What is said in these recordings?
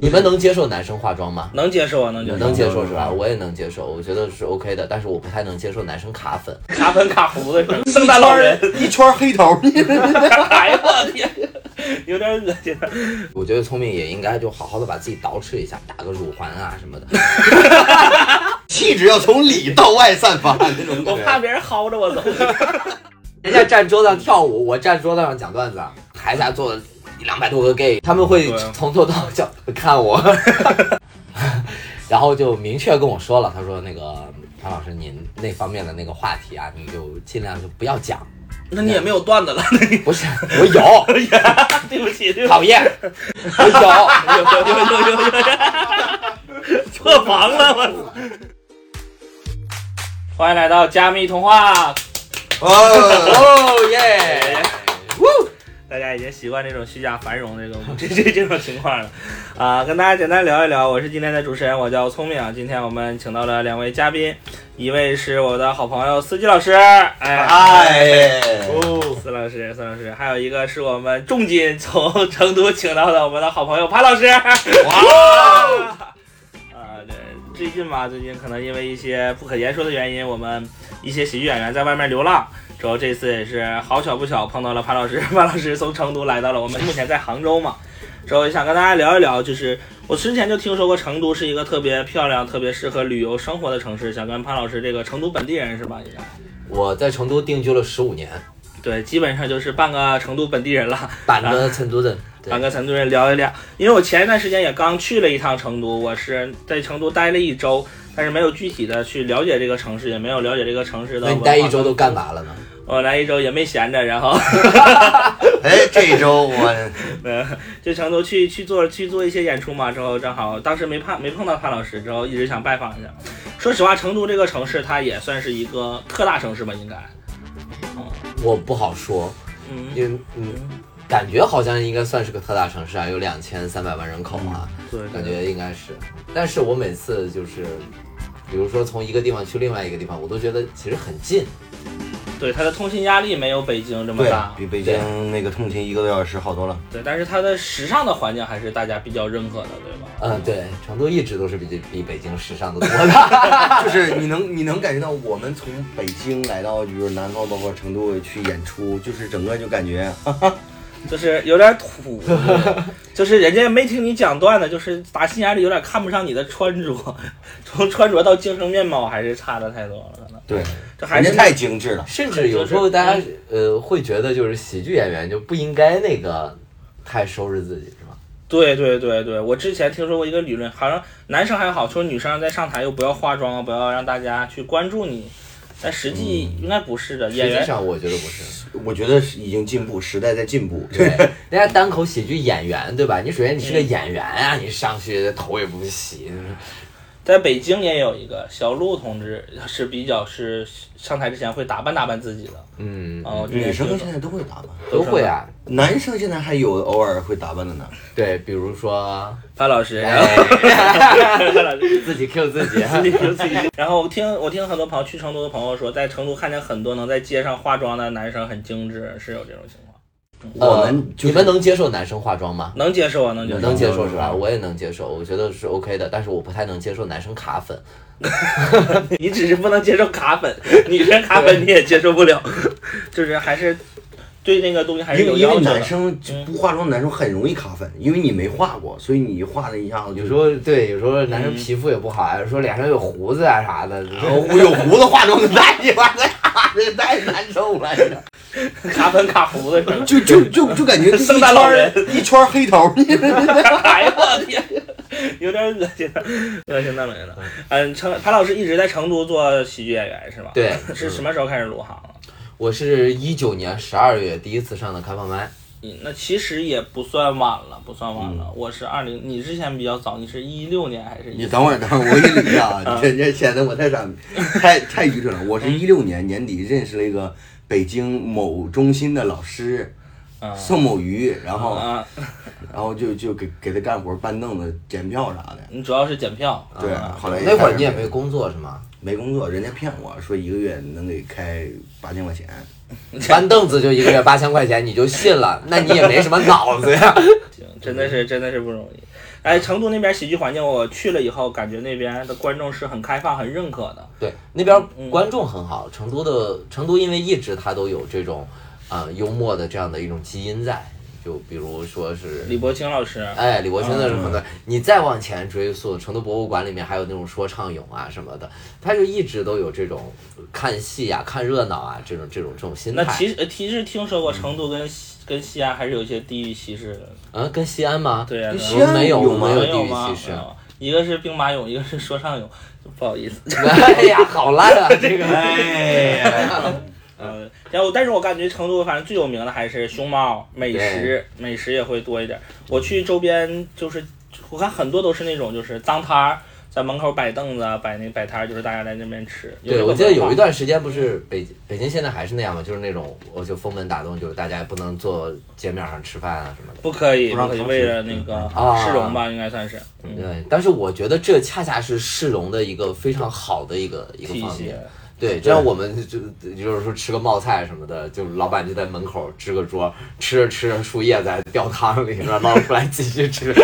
你们能接受男生化妆吗？能接受啊，能接受，能接受是吧？我也能接受，我觉得是 OK 的，但是我不太能接受男生卡粉。卡粉卡胡子，圣诞老人，一圈黑头， 哎呀，我天，有点恶心。我觉得聪明也应该就好好的把自己捯饬一下，打个乳环啊什么 的。气质要从里到外散发那种我怕别人薅着我走。人家站桌子上跳舞，我站桌子上讲段子，啊台下坐了两百多个 gay，他们会对啊从头到脚地看我，然后就明确跟我说了，他说那个潘老师，您那方面的那个话题啊，你就尽量就不要讲。 那你也没有段子了，不是，我 有， 对不起， 对不起，讨厌，我有。有有有有有有，破防了我。欢迎来到加密童话，哦，哦耶！大家已经习惯这种虚假繁荣这种 这这这种情况了，啊，跟大家简单聊一聊，我是今天的主持人，我叫聪明啊。今天我们请到了两位嘉宾，一位是我的好朋友司机老师，哎啊哎，哦，司老师，司老师，还有一个是我们重金从成都请到的我们的好朋友潘老师，哇！ 啊，对，最近吧，最近可能因为一些不可言说的原因，我们一些喜剧演员在外面流浪。之后这次也是好巧不巧碰到了潘老师， 潘老师从成都来到了我们目前在杭州嘛。之后想跟大家聊一聊，就是我之前就听说过成都是一个特别漂亮、特别适合旅游生活的城市，想跟潘老师这个成都本地人是吧？应该我在成都定居了十五年，对，基本上就是半个成都本地人了。板着成都人。对想跟成都人聊一聊，因为我前一段时间也刚去了一趟成都，我是在成都待了一周，但是没有具体的去了解这个城市，也没有了解这个城市的。那你待一周都干？嘛了呢？我来一周也没闲着，然后 哎，这周我呃，就成都去去做去做一些演出嘛，之后正好当时没碰没碰到潘老师，之后一直想拜访一下。说实话，成都这个城市它也算是一个特大城市吧，应该。 我不好说，嗯，因为嗯，感觉好像应该算是个特大城市啊，有两千三百万人口啊，嗯对，感觉应该是。但是我每次就是，比如说从一个地方去另外一个地方，我都觉得其实很近。对它的通信压力没有北京这么大，比北京那个通勤一个多小时好 多了。对，但是它的时尚的环境还是大家比较认可的，对吧？嗯，对，成都一直都是比比北京时尚的多的。就是你能你能感觉到，我们从北京来到就是南方，包括成都去演出，就是整个就感觉啊就是有点土， 就是人家没听你讲段子，就是打心眼里有点看不上你的穿着， 从穿着到精神面貌还是差的太多了，可能对，这还人家是太精致了。甚至有时候大家呃会觉得就是喜剧演员就不应该那个太收拾自己是吧？对对对对，我之前听说过一个理论，好像男生还好，说女生在上台又不要化妆，不要让大家去关注你，但实际嗯应该不是的，演实际员上我觉得不是，我觉得是已经进步，时代在进步。对，人家单口喜剧演员对吧？你首先你是个演员啊，你上去头也不洗，在北京也有一个小鹿同志是比较是上台之前会打扮打扮自己的，嗯，啊、我之前 女生听说现在都会打扮，都会啊。男生现在还有偶尔会打扮的呢。对，比如说潘老 师， 然后哎，潘老师。 自己 Q 自己， 啊 然后我听我听很多朋友去成都的朋友说，在成都看见很多能在街上化妆的男生很精致，是有这种情况，我呃们就是你们能接受男生化妆吗？能接受啊，能接受。能接受能是吧？我也能接受，我觉得是 OK 的，但是我不太能接受男生卡粉。 你只是不能接受卡粉，女生卡粉你也接受不了，就是还是对那个东西还是因有为因要为求的。嗯男生就不化妆，男生很容易卡粉，因为你没化过，所以你一化了一下子就有时 候对，有时候男生皮肤也不好啊，有时候脸上有胡子啊啥的，然后哦我有胡子化妆的太你妈 的，这太难受了，？卡粉卡胡子是吧就就就就 感觉圣诞老人一圈黑头， 哎呀，我天，有点恶心了，恶心到人了。嗯，成潘老师一直在成都做喜剧演员是吧？，对，是什么时候开始入行啊了？ 我是一九年十二月第一次上的开放麦，嗯，那其实也不算晚了，不算晚了。我是二零，你之前比较早，你是一六年还是？ 你等会儿，等会儿，我给你捋一下 啊，嗯这这显得我太傻，太太愚蠢了。我是一六年年底认识了一个北京某中心的老师嗯宋某瑜，然后啊，然后就就给给他干活搬凳子、检票啥的。你主要是检票。对，啊后来那会儿你也没工作是吗？没工作，人家骗我说一个月能给开八千块钱，搬凳子就一个月八千块钱，你就信了？那你也没什么脑子呀。行，真的是真的是不容易。哎，成都那边喜剧环境，我去了以后，感觉那边的观众是很开放、很认可的。对，那边观众很好，成都的成都因为一直它都有这种，呃，幽默的这样的一种基因在，就比如说是李伯清老师，哎，李嗯伯清的什么的，你再往前追溯，成都博物馆里面还有那种说唱俑啊什么的，他就一直都有这种看戏啊、看热闹啊这种这种这种心那态。其实呃其实听说过成都跟西跟西安还是有一些地域歧视的。嗯，跟西安吗？对呀、跟对西我们没有，安有我吗们没地有域吗？歧视 没。有一个是兵马俑，一个是说唱俑，不好意思。哎呀，好烂 啊！这个，哎呀，嗯，然后但是我感觉成都反正最有名的还是熊猫美食，美食也会多一点。我去周边就是我看很多都是那种就是脏摊儿，在门口摆凳子啊，摆那摆摊儿，就是大家在那边吃。有对，这个我记得文化有一段时间不是北北京现在还是那样嘛，就是那种我就封门打洞，就是大家也不能坐街面上吃饭啊什么的。不可以，不不让可以，尝为试了那个啊市容吧，应该算是。嗯，对，但是我觉得这恰恰是市容的一个非常好的一个一个体方面系。。对，这样我们就就是说吃个冒菜什么的，就老板就在门口支个桌，吃着吃着树叶在吊汤里面捞出来继续吃。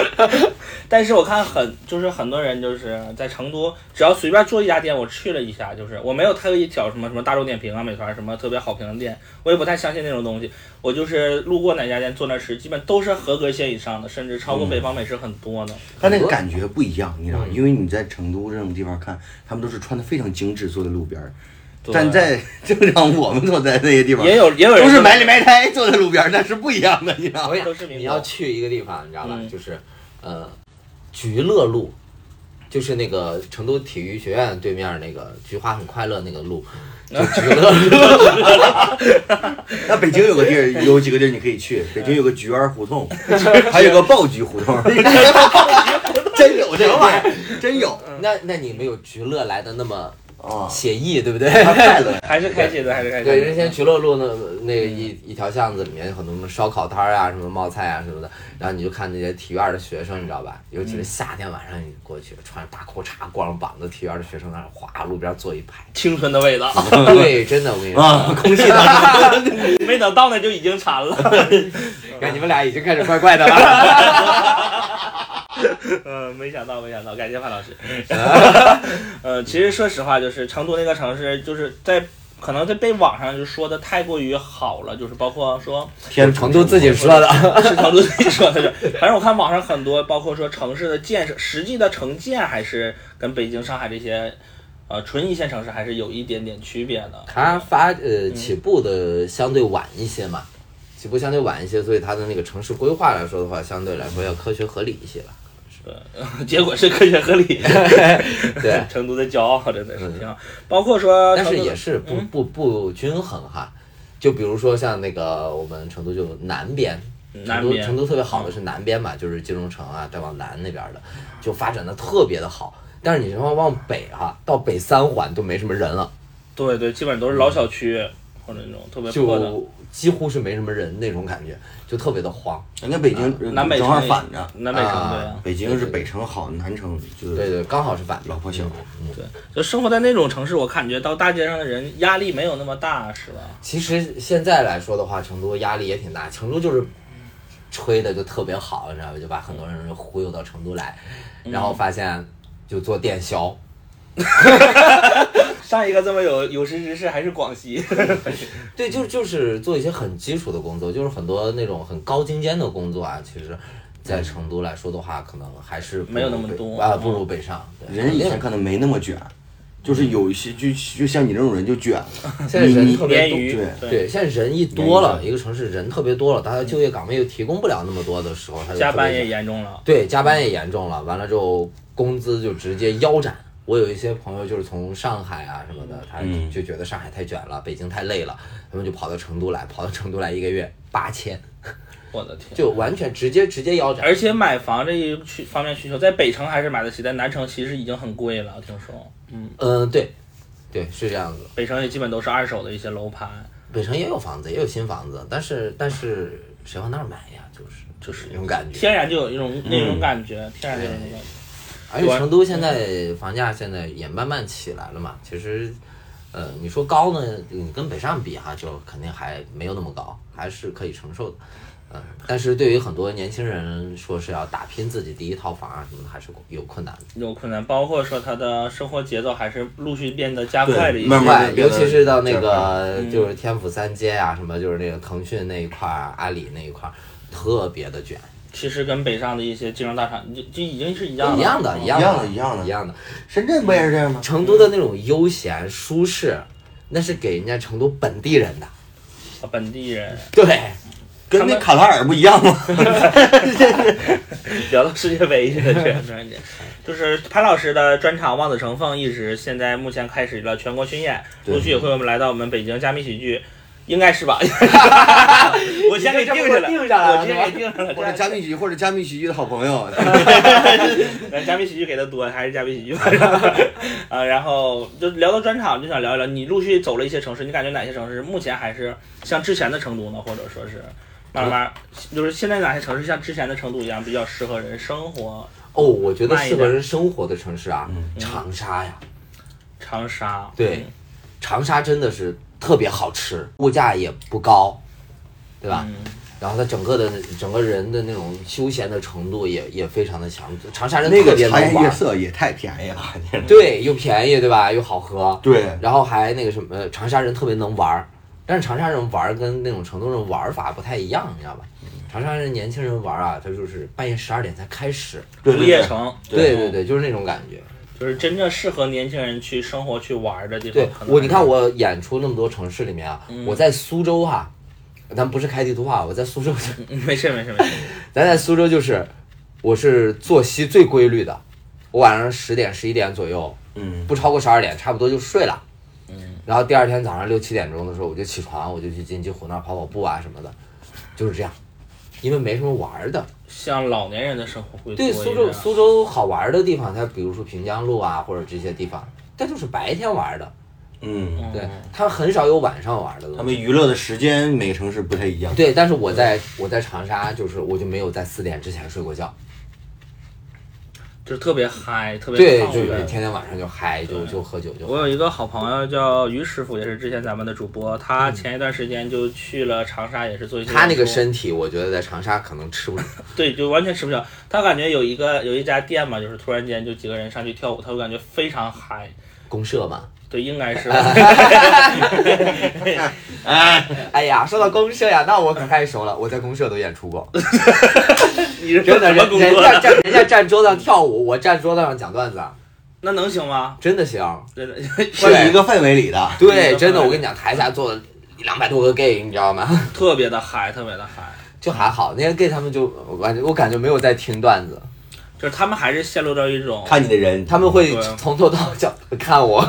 但是我看很就是很多人就是在成都，只要随便做一家店，我去了一下，就是我没有特意挑什么什么大众点评啊、美团什么特别好评的店，我也不太相信那种东西。我就是路过哪家店坐那儿吃，基本都是合格线以上的，甚至超过北方美食很多的。但那个感觉不一样，你知道吗？嗯因为你在成都这种地方看，他们都是穿的非常精致，坐在路边儿。对但在正常我们坐在那些地方，也有也有人都是说埋里埋汰坐在路边儿，那是不一样的，你知我道吗？跟你都是讲，民你谣 要去一个地方，你知道吧？嗯就是呃，菊乐路，就是那个成都体育学院对面那个菊花很快乐那个路，就菊乐路。 那北京有个地儿，有几个地儿你可以去。北京有个菊儿胡同，还有个爆菊胡同，真有这个玩意儿，真有那那你没有菊乐来的那么啊，写意，对不对？他快乐。还是开心的，还是开心对，的。人嗯先菊乐路那那个一一条巷子里面有很多什么烧烤摊儿啊，什么冒菜啊什么的，然后你就看那些体院的学生，你知道吧？尤其嗯是夏天晚上，你过去穿着大裤衩、光着膀子，体院的学生在那儿哗路边坐一 排。青春的味道，对，真的，我跟你说，啊，空气当中 没等到那就已经馋了。 看你们俩已经开始怪怪的了。嗯，没想到，没想到，感谢 范老师。呃，其实说实话，就是成都那个城市，就是在可能在被网上就说的太过于好了，就是包括说 天成都自己说的，是成都自己说的是，反正我看网上很多，包括说城市的建设，实际的城建还是跟北京、上海这些呃纯一线城市还是有一点点区别的。它发嗯呃起步的相对晚一些嘛，起步相对晚一些，所以它的那个城市规划来说的话，相对来说要科学合理一些吧。结果是科学合理，对，嗯成都的骄傲真的是挺好。包括说但成都的，是也是不嗯不不均衡哈。就比如说像那个我们成都就南边，嗯南成都边嗯成都特别好的是南边嘛，就是金融城啊，再往南那边的就发展的特别的好。但是你说往北哈、到北三环都没什么人了，对对，基本上都是老小区或者那种特别破的。就几乎是没什么人那种感觉，就特别的荒。人家北京南北正城好也反着，南北城啊对啊，北京是北城好，南城就对是对，刚好是反着老破小。对，就生活在那种城市，我感觉到大街上的人压力没有那么大，是吧？其实现在来说的话，成都压力也挺大，成都就是吹的就特别好，你知道吧？就把很多人忽悠到成都来，然嗯后发现就做电销。上一个这么有有识之士还是广西，对，就就是做一些很基础的工作，就是很多那种很高精尖的工作啊，其实。在成都来说的话，可能还是不如嗯没有那么北多嗯啊，不如北上。对人以前可能没那么卷，就是有一些就就像你这种人就卷现在人特了。别 鲶多鱼对对，现在人一多了，一个城市人特别多了，他的就业岗位又提供不了那么多的时候，他就嗯加特别班卷也严重了。对，加班也严重了，完了之后工资就直接腰斩。我有一些朋友就是从上海啊什么的，他嗯就觉得上海太卷了，北京太累了，他们就跑到成都来，跑到成都来一个月八千，我的天！就完全直接直接腰斩。而且买房这一去方面需求，在北城还是买得起，在南城其实已经很贵了。听说嗯，对，对，是这样子。北城也基本都是二手的一些楼盘，北城也有房子，也有新房子，但是但是谁往那儿买呀？就是就是那种感觉。天然就有一种那嗯种感觉，天然就有那种感觉。而且成都现在房价现在也慢慢起来了嘛，其实呃，你说高呢，你跟北上比哈，就肯定还没有那么高，还是可以承受的。嗯，但是对于很多年轻人说是要打拼自己第一套房啊什么的，还是有困难的。有困难，包括说他的生活节奏还是陆续变得加快了一些。慢慢快，就变尤得其是到那这样个就是天府三街啊，什么就是那个腾讯那一块儿、阿里那一块儿，特别的卷，其实跟北上的一些金融大厂就就已经是一样一了。样的，嗯一样的，一样的一样的。深圳不也是这样吗？成都的那种悠闲舒适，那是给人家成都本地人的。啊本地人。对，跟那卡塔尔不一样吗？聊到世界杯去了，这突然间，就是潘老师的专场《望子成凤》一直现在目前开始了全国巡演，对陆续也会我们来到我们北京加密喜剧，应该是 吧？我先给定下来，定上我直接给定上了。 或者加密喜剧，或者加密喜剧的好 朋友，那嘉宾喜剧给的多，还是嘉宾喜剧 啊？然后就聊到专场，就想聊一聊你陆续走了一些城市，你感觉哪些城市目前还是像之前的成都呢？或者说是慢慢，就是现在哪些城市像之前的成都一样比较适合人生活？哦，我觉得慢一适点合人生活的城市啊嗯，长沙呀，长沙对，长沙真的是特别好吃，物价也不高，对对吧？？然后它整个的整个人的那种休闲的程度也也非常的强，长沙人那特个别茶能颜悦玩，色也太便宜啊 了。对，又便宜对吧？又好喝，对，然后还那个什么，长沙人特别能玩儿，但是长沙人玩儿跟那种成都人玩儿法不太一样，你知道吧？长沙人年轻人玩儿啊，他就是半夜十二点才开始，对不夜，城对对对，就是那种感觉。就是真正适合年轻人去生活去玩的地方对。可能我，你看还是我演出那么多城市里面啊，我在苏州哈、咱不是开地图炮，我在苏州就，嗯 没事没事没事，咱在苏州就是，我是作息最规律的，我晚上十点十一点左右，嗯，不超过十二点，差不多就睡了。嗯，然后第二天早上六七点钟的时候，我就起床，我就去金鸡湖那儿跑跑步啊什么的，就是这样，因为没什么玩儿的。像老年人的生活会多对，一苏点啊州苏州好玩儿的地方，它比如说平江路啊或者这些地方，但就是白天玩儿的，嗯，嗯对，它很少有晚上玩儿的他东西。们娱乐的时间每个城市不太一样。对，但是我在我在长沙，就是我就没有在四点之前睡过觉，就是特别嗨，特别对，放就是松天天晚上就嗨，就就喝酒就我有一个好朋友叫于师傅，也是之前咱们的主播，他前一段时间就去了长沙，也是做一些嗯他那个演出身体，我觉得在长沙可能吃不了。对，就完全吃不消。他感觉有一个有一家店嘛，就是突然间就几个人上去跳舞，他会感觉非常嗨。公社嘛。对，应该 是哎呀，说到公社呀，那我可太熟了，我在公社都演出过，你是真的什么人工人作家的？站人家站桌子上跳舞，我站桌子上讲段子，啊那能行吗？真的行。真的是一个氛围里的，对，真的，我跟你讲，台下坐了两百多个 gay，你知道 吗？ 特别的嗨，特别的嗨。就还好，那些 gay 他们就完，我感觉没有在听段子，就是他们还是陷入到一种看你的人，他们会对从头到脚地看我。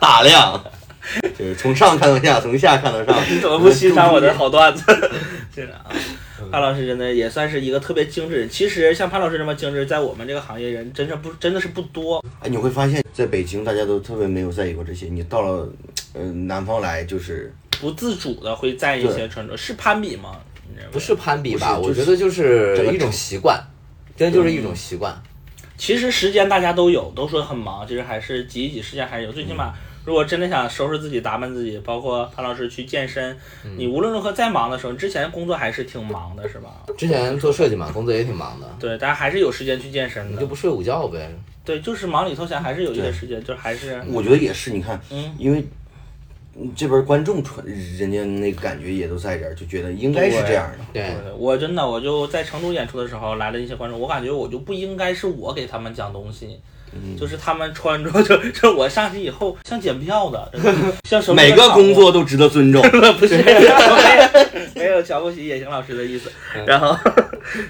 打量， 就是从上看到下，从下看到上。你怎么不欣赏我的好段子？ 真的啊，潘老师真的也算是一个特别精致。其实像潘老师这么精致，在我们这个行业人真是不真的是不多。哎，你会发现在北京大家都特别没有在意过这些，你到了嗯、呃南方来就是不自主的会在意一些穿着，是攀比吗？你认为不，是攀比吧？不是我就是觉得就是整个一种城习惯，真的就是一种习惯。其实时间大家都有，都说很忙，其实还是挤一挤时间还是有。最起嗯码，如果真的想收拾自己、打扮自己，包括潘老师去健身，嗯你无论如何再忙的时候，之前工作还是挺忙的，是吧？之前做设计嘛，工作也挺忙的，对，大家还是有时间去健身你的就。不睡午觉呗。对，就是忙里偷闲，还是有一些对时间，就还是我觉得也是，你看，嗯因为这边观众传人家那感觉也都在这儿，就觉得应该是这样的。对，对我真的，我就在成都演出的时候来了一些观众，我感觉我就不应该是我给他们讲东西，嗯就是他们穿着就就我上去以后像检票的，真 的像什么每个场工作都值得 尊重。不是没有没有瞧不起野行老师的意 思，然后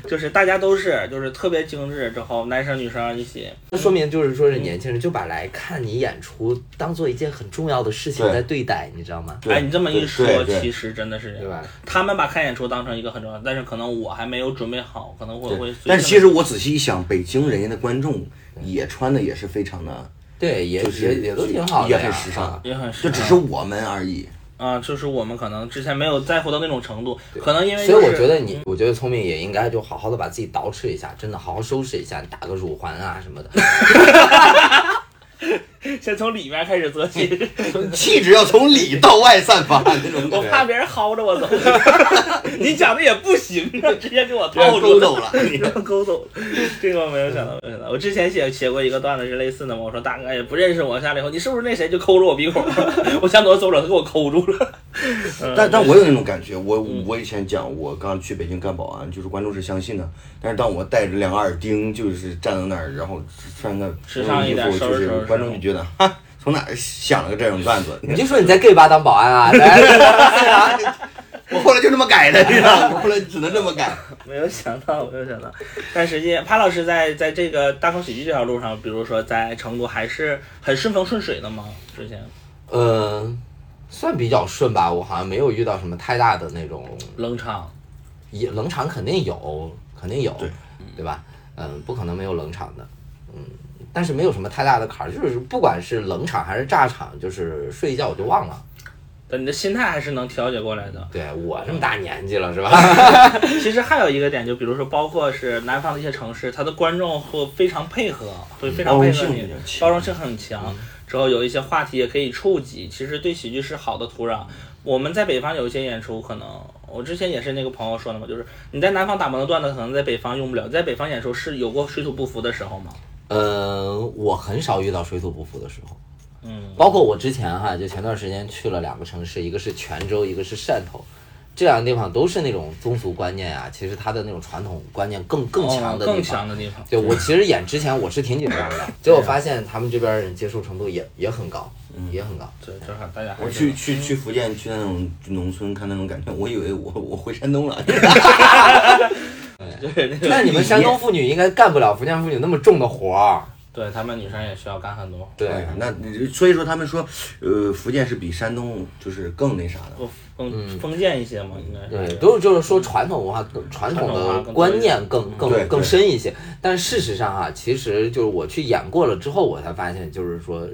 就是大家都是就是特别精致，之后男生女生一起，那说明就是说是年轻人就把来看你演出当做一件很重要的事情对在对待，你知道吗？对哎，你这么一对说对，对其实真的是对吧？他们把看演出当成一个很重要的，但是可能我还没有准备好，可能我会对随便，但是其实我仔细一想，北京人家的观众也穿的也是非常的，对，也就是也也都挺好的呀，啊也很时尚也很时就只尚是我们而已。啊、就是我们可能之前没有在乎到那种程度，可能因为、所以就是、我觉得你，我觉得聪明也应该就好好的把自己捯饬一下，真的好好收拾一下，你打个乳环啊什么的。先从里面开始择起，气质要从里到外散发那种我感怕觉。别人薅着我走。你讲的也不行啊，直接给我让套人住勾了。走 了，让勾走了，这个我没有想到，没有想到。我之前写写过一个段子是类似的嘛，我说大哥也不认识我，下来以后你是不是那谁就抠住我鼻孔了？ 我想躲走了，他给我抠住了。嗯但但我有那种感觉，我嗯我以前讲，我刚去北京干保安，就是观众是相信的，但是当我戴着两个耳钉，就是站在那儿，然后穿个时尚一点衣服就收拾是收拾观众就觉得哈，从哪儿想了个这种段子？ 你就说你在 gay 吧当保安啊，来我后来就这么改的，你知道吗？我后来只能这么改。没有想到，没有想到。但实际，潘老师在在这个单口喜剧这条路上，比如说在成都，还是很顺风顺水的吗？之前嗯，算比较顺吧，我好像没有遇到什么太大的那种冷场，也冷场肯定有，肯定有，对对吧？嗯，不可能没有冷场的，嗯，但是没有什么太大的坎儿，就是不管是冷场还是炸场，就是睡一觉我就忘了。但你的心态还是能调节过来的。 对我这么大年纪了，是吧？ 其实还有一个点，就比如说，包括是南方的一些城市，它的观众会非常配合，会非常配合包容性你比较，强嗯包容性很强。之后有一些话题也可以触及，其实对喜剧是好的土壤。我们在北方有一些演出，可能我之前也是那个朋友说的嘛，就是你在南方打磨的段子，可能在北方用不了。在北方演出是有过水土不服的时候吗？嗯，我很少遇到水土不服的时候，嗯，包括我之前哈，就前段时间去了两个城市，一个是泉州，一个是汕头。这两个地方都是那种宗族观念啊，其实它的那种传统观念更嗯更强的地方，哦更强的地方。对我其实演之前我是挺紧张 的，结啊果发现他们这边人接受程度也也很高，嗯也很高。对，正好大家还我是去去去福建去那种农村看那种感觉，我以为我我回山东 了。对那个，那你们山东妇女应该干不了福建妇女那么重的活儿， 对他们女生也需要干很多。对，哎呀那所以说他们说，呃，福建是比山东就是更那啥的。更封封建一些嘛，应该是。嗯对，都是就是说传统文化更传统传统文的化更观念嗯更对更对更深一些，但事实上啊，其实就是我去演过了之后，我才发现，就是说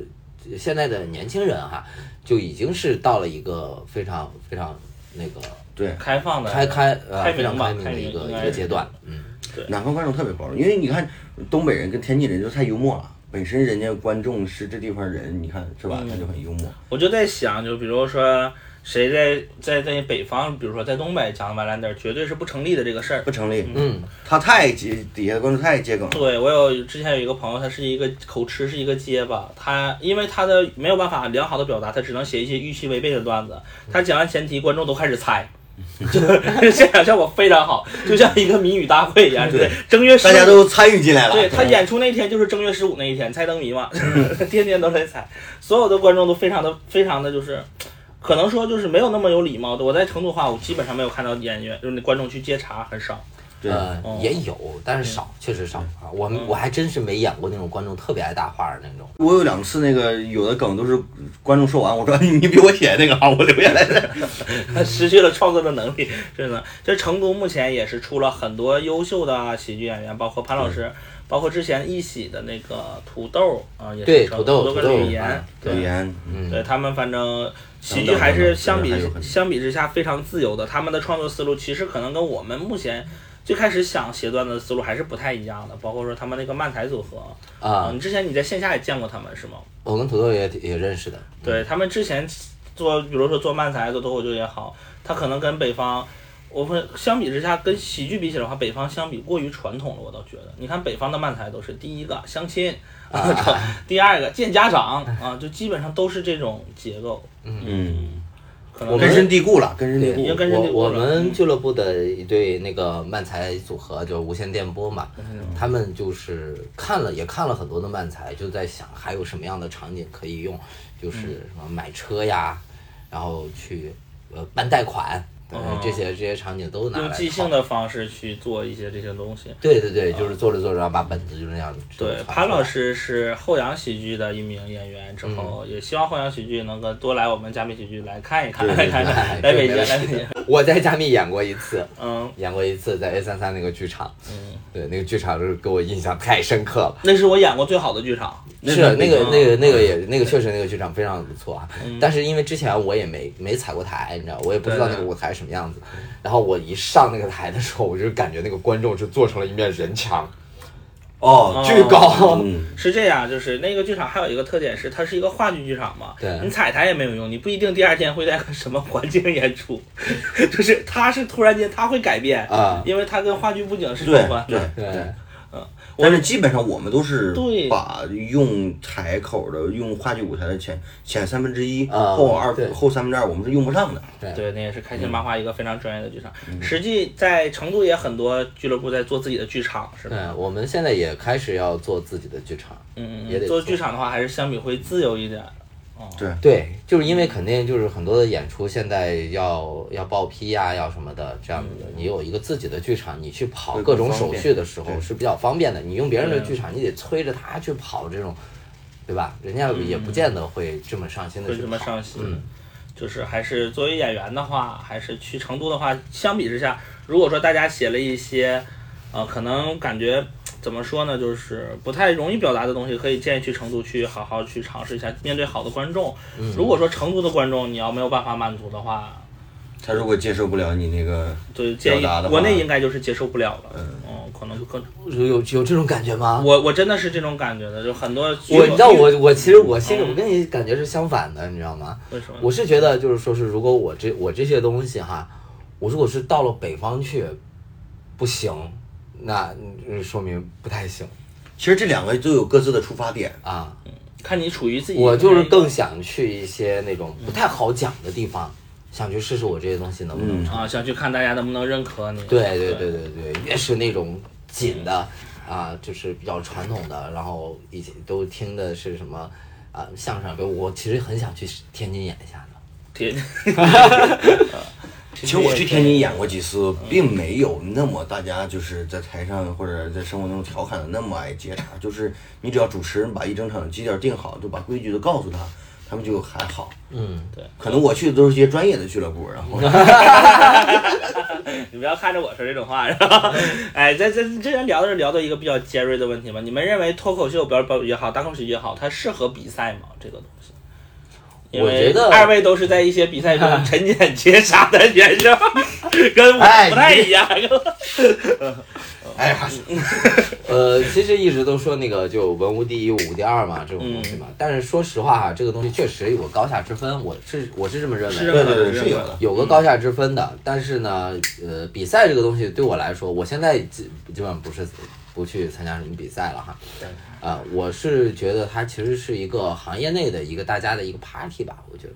现在的年轻人哈、就已经是到了一个非常非常那个对，开放的，开开呃开非常明吧开明的一个开明一个阶段，嗯。南方观众特别包容，因为你看东北人跟天津人就太幽默了，本身人家观众是这地方人，你看是吧？他就很幽默。我就在想，就比如说谁在在在北方，比如说在东北讲完兰德，绝对是不成立的这个事儿不。成立，嗯，他太接底下的观众太接梗了，对我有之前有一个朋友，他是一个口吃，是一个结巴，他因为他的没有办法良好的表达，他只能写一些预期违背的段子。他讲完前提，观众都开始猜。 就是现场效果非常好，就像一个谜语大会一样。对，正月十大家五都参与进来了。对他演出那天就是正月十五那一天，猜灯谜嘛， 天天都在猜，所有的观众都非常的非常的就是，可能说就是没有那么有礼貌的。我在成都话，我基本上没有看到演员就是那观众去接茬，很少。 对，呃哦，也有，但是少，确实少啊。我们嗯我还真是没演过那种观众特别爱搭话的那种。我有两次那个有的梗都是观众说完，我说 你比我写的那个好，我留下来的。失去了创作的能力，真的。这成都目前也是出了很多优秀的啊喜剧演员，包括潘老嗯师，包括之前一喜的那个土豆啊、也是对成土豆土土豆跟吕岩啊，对语言，嗯，对他们，反正喜等剧等还等是等相比还有很多相比之下非常自由的。他们的创作思路其实可能跟我们目前最开始想写段子的思路还是不太一样的。包括说他们那个漫才组合啊，你之前你在线下也见过他们是吗？我跟土豆也也认识的。对嗯他们之前做，比如说做漫才、做脱口秀也好，他可能跟北方。我们相比之下，跟喜剧比起来的话，北方相比过于传统了，我倒觉得。你看北方的漫才都是第一个相亲，啊 第二个见家长啊，就基本上都是这种结构。嗯，可能我们根深蒂固了，根深蒂对，固也。跟人家我我有关们嗯俱乐部的一对那个漫才组合就是无线电波嘛，嗯他们就是看了也看了很多的漫才，就在想还有什么样的场景可以用，嗯就是什么买车呀，然后去呃办贷款，对哦这些这些场景都拿用来即兴套的方式去做一些这些东西。对对对，就是做着做着，然后把本子就那样。对，潘老，师是后洋喜剧的一名演员，之后也希望后洋喜剧能够多来我们嘉宾喜剧来看一看，对来对看一看，来对北对京，没来北京。我在加密演过一 次，嗯，演过一次在 A 三三那个剧场，嗯对，那个剧场就是给我印象太深刻了。那是我演过最好的剧场。那嗯是啊个那个嗯那个那个也那个确实那个剧场非常不错啊，但是因为之前我也没没踩过台，你知道，我也不知道对那对个舞台什么样子。然后我一上那个台的时候，我就感觉那个观众是做成了一面人墙，哦，巨高，嗯，是这样，就是那个剧场还有一个特点是，它是一个话剧剧场嘛，对你彩排也没有用，你不一定第二天会在什么环境演出， 就是它是突然间它会改变，啊，因为它跟话剧布景是有对关。对。对，我但是基本上我们都是对把用台口的、用话剧舞台的前前三分之一、啊后二对后三分之二，我们是用不上的。哎对，那也是开心麻花一个非常专业的剧场。嗯实际在成都也很多俱乐部在做自己的剧场，是吧？对，我们现在也开始要做自己的剧场。嗯嗯也嗯，得做做剧场的话，还是相比会自由一点。哦，对对，就是因为肯定就是很多的演出现在要要报批呀、要什么的这样子的。你有一个自己的剧场，你去跑会各种更方手便续的时候对是比较方便的。你用别人的对剧场，你得催着他去跑这种，对吧？人家也不见得会这么上心的会去这么跑。上心。嗯就是还是作为演员的话，还是去成都的话，相比之下，如果说大家写了一些，呃，可能感觉怎么说呢，就是不太容易表达的东西，可以建议去成都去好好去尝试一下，面对好的观众。嗯如果说成都的观众你要没有办法满足的话，他如果接受不了你那个，就建议表达的话国内应该就是接受不了了。嗯嗯，可能就更有有有这种感觉吗？我我真的是这种感觉的，就很多我你知道我我其实我心里嗯我跟你感觉是相反的，你知道吗？为什么我是觉得就是说是如果我这我这些东西哈，我如果是到了北方去，不行，那嗯说明不太行其实这两个都有各自的出发点。啊。看你处于自己我的就那是个更想去一些那种不太好讲的地方，想去试试我这些东西能不能嗯成。啊，想去看大家能不能认可你。对对对对对，越是那种紧的啊，就是比较传统的，然后以前都听的是什么啊相声，比如我其实很想去天津演一下的。 天，其实我去天津演过几次，并没有那么大家就是在台上或者在生活中调侃的那么爱接茬，就是你只要主持人把一整场基调定好，就把规矩都告诉他，他们就还好。嗯，可能我去的都是一些专业的俱乐部，然后你不要看着我说这种话，然 后，哎，在在之前聊的是聊到一个比较尖锐的问题嘛，你们认为脱口秀表表也好，单口喜剧也好，它适合比赛吗？这个东西？因我觉为得二位都是在一些比赛中沉湎绝杀的选手，跟我哎不太一样。哎呀， 呃，其实一直都说那个就文无第一，武无第二嘛，这种东西嘛。但是说实话哈，这个东西确实有个高下之分，我是我是这么认为的。是对对对，是有的。有个高下之分的，但是呢，呃，比赛这个东西对我来说，我现在基基本上不是不去参加什么比赛了哈。对。啊、我是觉得它其实是一个行业内的一个大家的一个 party 吧，我觉得。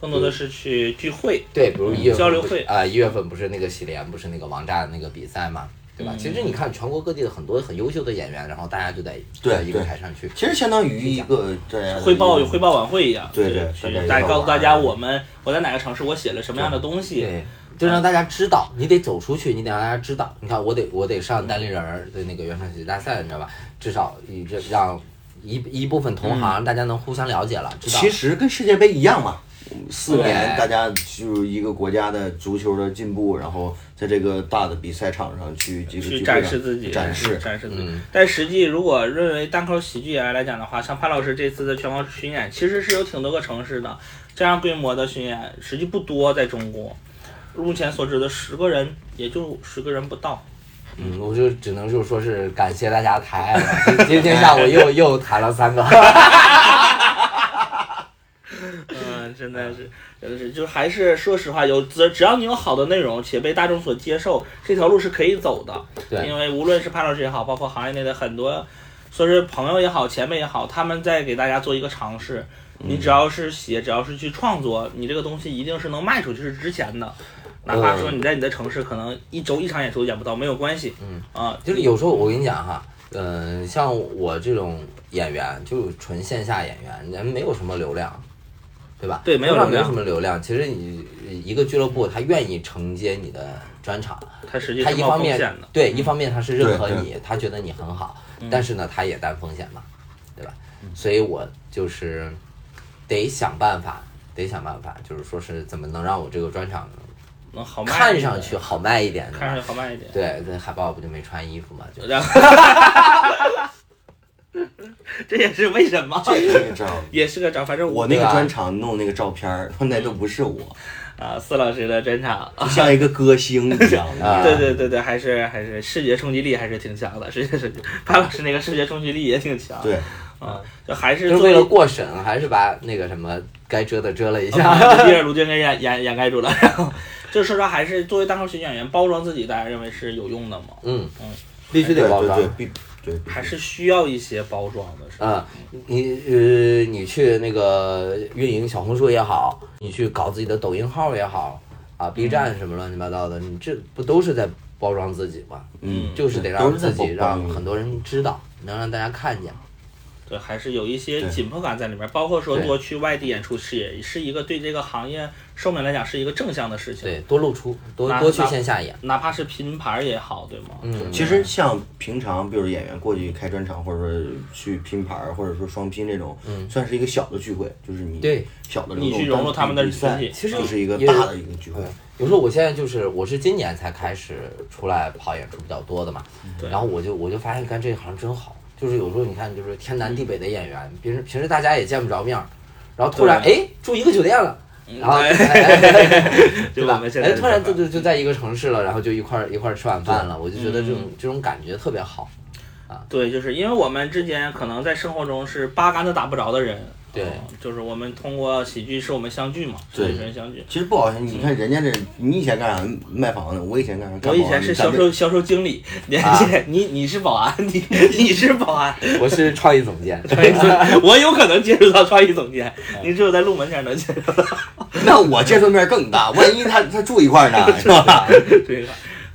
更多的是去聚会，对，比如一月份交流不是会啊，一、月份不是那个喜联，不是那个王炸的那个比赛嘛，对嗯吧？其实你看全国各地的很多很优秀的演员，然后大家就在对在一个对台上去。 其实相当于一个这样的汇报一汇报晚会一样，就对是对去大家大一家块告诉玩大家我们我在哪个城市，我写了什么样的东西，对，就让大家知道，你得走出去，你得让大家知道。你看，我得我得上单立人儿的那个原创喜剧大赛，你知道吧？至少你这让一一部分同行、大家能互相了解了，知道。其实跟世界杯一样嘛，四年对大家就是一个国家的足球的进步，然后在这个大的比赛场上去这去个聚会展上示自己，展示。展示自己嗯。但实际，如果认为单口喜剧演员来讲的话，像潘老师这次的全国巡演，其实是有挺多个城市的这样规模的巡演，实际不多，在中国。目前所知的十个人，也就十个人不到。嗯，我就只能就是说是感谢大家抬爱了。今今天下午又又抬了三个。 嗯，真的是，真的是，就是还是说实话，有只只要你有好的内容且被大众所接受，这条路是可以走的。因对，为无论是潘老师也好，包括行业内的很多，说是朋友也好，前辈也好，他们在给大家做一个尝试。嗯你只要是写，只要是去创作，你这个东西一定是能卖出去，是值钱的。哪怕嗯说你在你的城市可能一周一场演出演不到，没有关系。嗯啊，就是有时候我跟你讲哈，嗯、像我这种演员，就是纯线下演员，人没有什么流量。对吧？对没有流量，流没有量什么流量。其实你一个俱乐部，他愿意承接你的专场，它实际他是一冒方风面险的。嗯对，一方面他是认可对对你，他觉得你很好，但是呢，他也担风险嘛，对吧？所以我就是得想办法，得想办法，就是说是怎么能让我这个专场能好卖一看点上去好卖一点的看上呃吧。去好卖一点。对，那海报不就没穿衣服嘛？就然后， 这也是为什么，这个照，也是个招，反正 我那个专场弄那个照片儿，那都不是我，啊，四老师的专场，啊就像一个歌星一样啊对对对对，还是还是视觉冲击力还是挺强的，视觉是 潘老师那个视觉冲击力也挺强，对，啊，就还是就是作为了过审，还是把那个什么该遮的遮了一下。把 第二卢俊给掩掩掩盖住了， 然后就是说实话，还是作为单口喜剧演员包装自己，大家认为是有用的吗？嗯嗯，必须对得包对装对。，必对必须还是需要一些包装的，是吧？啊、你呃，你去那个运营小红书也好，你去搞自己的抖音号也好，啊，B 嗯站什么乱七八糟的，你这不都是在包装自己吗？嗯，就是得对让都是在自己包让很多人知道，能让大家看见。对，还是有一些对紧迫感在里面，包括说对多去外地演出是也是一个对这个行业寿命来讲是一个正向的事情，对，多露出，多那多去那线下演。哪怕是拼盘儿也好，对吗？嗯，其实像平常，比如演员过去开专场，或者说去拼盘儿，或者说双拼这种，算是一个小的聚会，就是你对小的你去融入他们的比赛群，体其实就是一个也大的一个聚会对。，比如说我现在就是我是今年才开始出来跑演出比较多的嘛，对然后我就我就发现干这一行真好，就是有时候你看就是天南地北的演员，平时平时大家也见不着面儿，然后突然哎住一个酒店了。然后，哎 哎哎对就嗯我吧们？现在哎，的突然想法就就就在一个城市了，然后就一块儿一块儿吃晚饭了，我就觉得这种嗯这种感觉特别好。对，就是因为我们之前可能在生活中是八竿子打不着的人，对嗯就是我们通过喜剧使我们相聚嘛，对人与人相聚。其实不好听，你看人家这，你以前干啥？卖房子，我以前干啥？干我以前是销保安，售销售经理，你、啊你你是保安，你你是保 安，我是创意总监，我有可能接触到创意总监，嗯你只有在入门前能接触到咱那我接触面更大，万一他他住一 块儿呢，是吧？这个。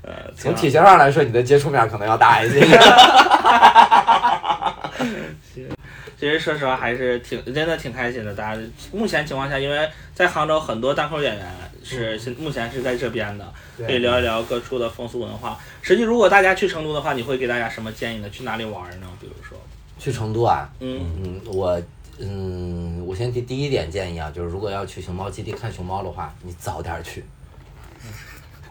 呃，从体挺型上来说，你的接触面可能要大一些。好其实说实话还是挺真的挺开心的。大家目前情况下，因为在杭州很多单口演员嗯是现目前是在这边的，可以聊一聊各处的风俗文化。实际，如果大家去成都的话，你会给大家什么建议呢？去哪里玩呢？比如说，去成都啊，嗯，嗯，我嗯，我先提第一点建议啊，就是如果要去熊猫基地看熊猫的话，你早点去，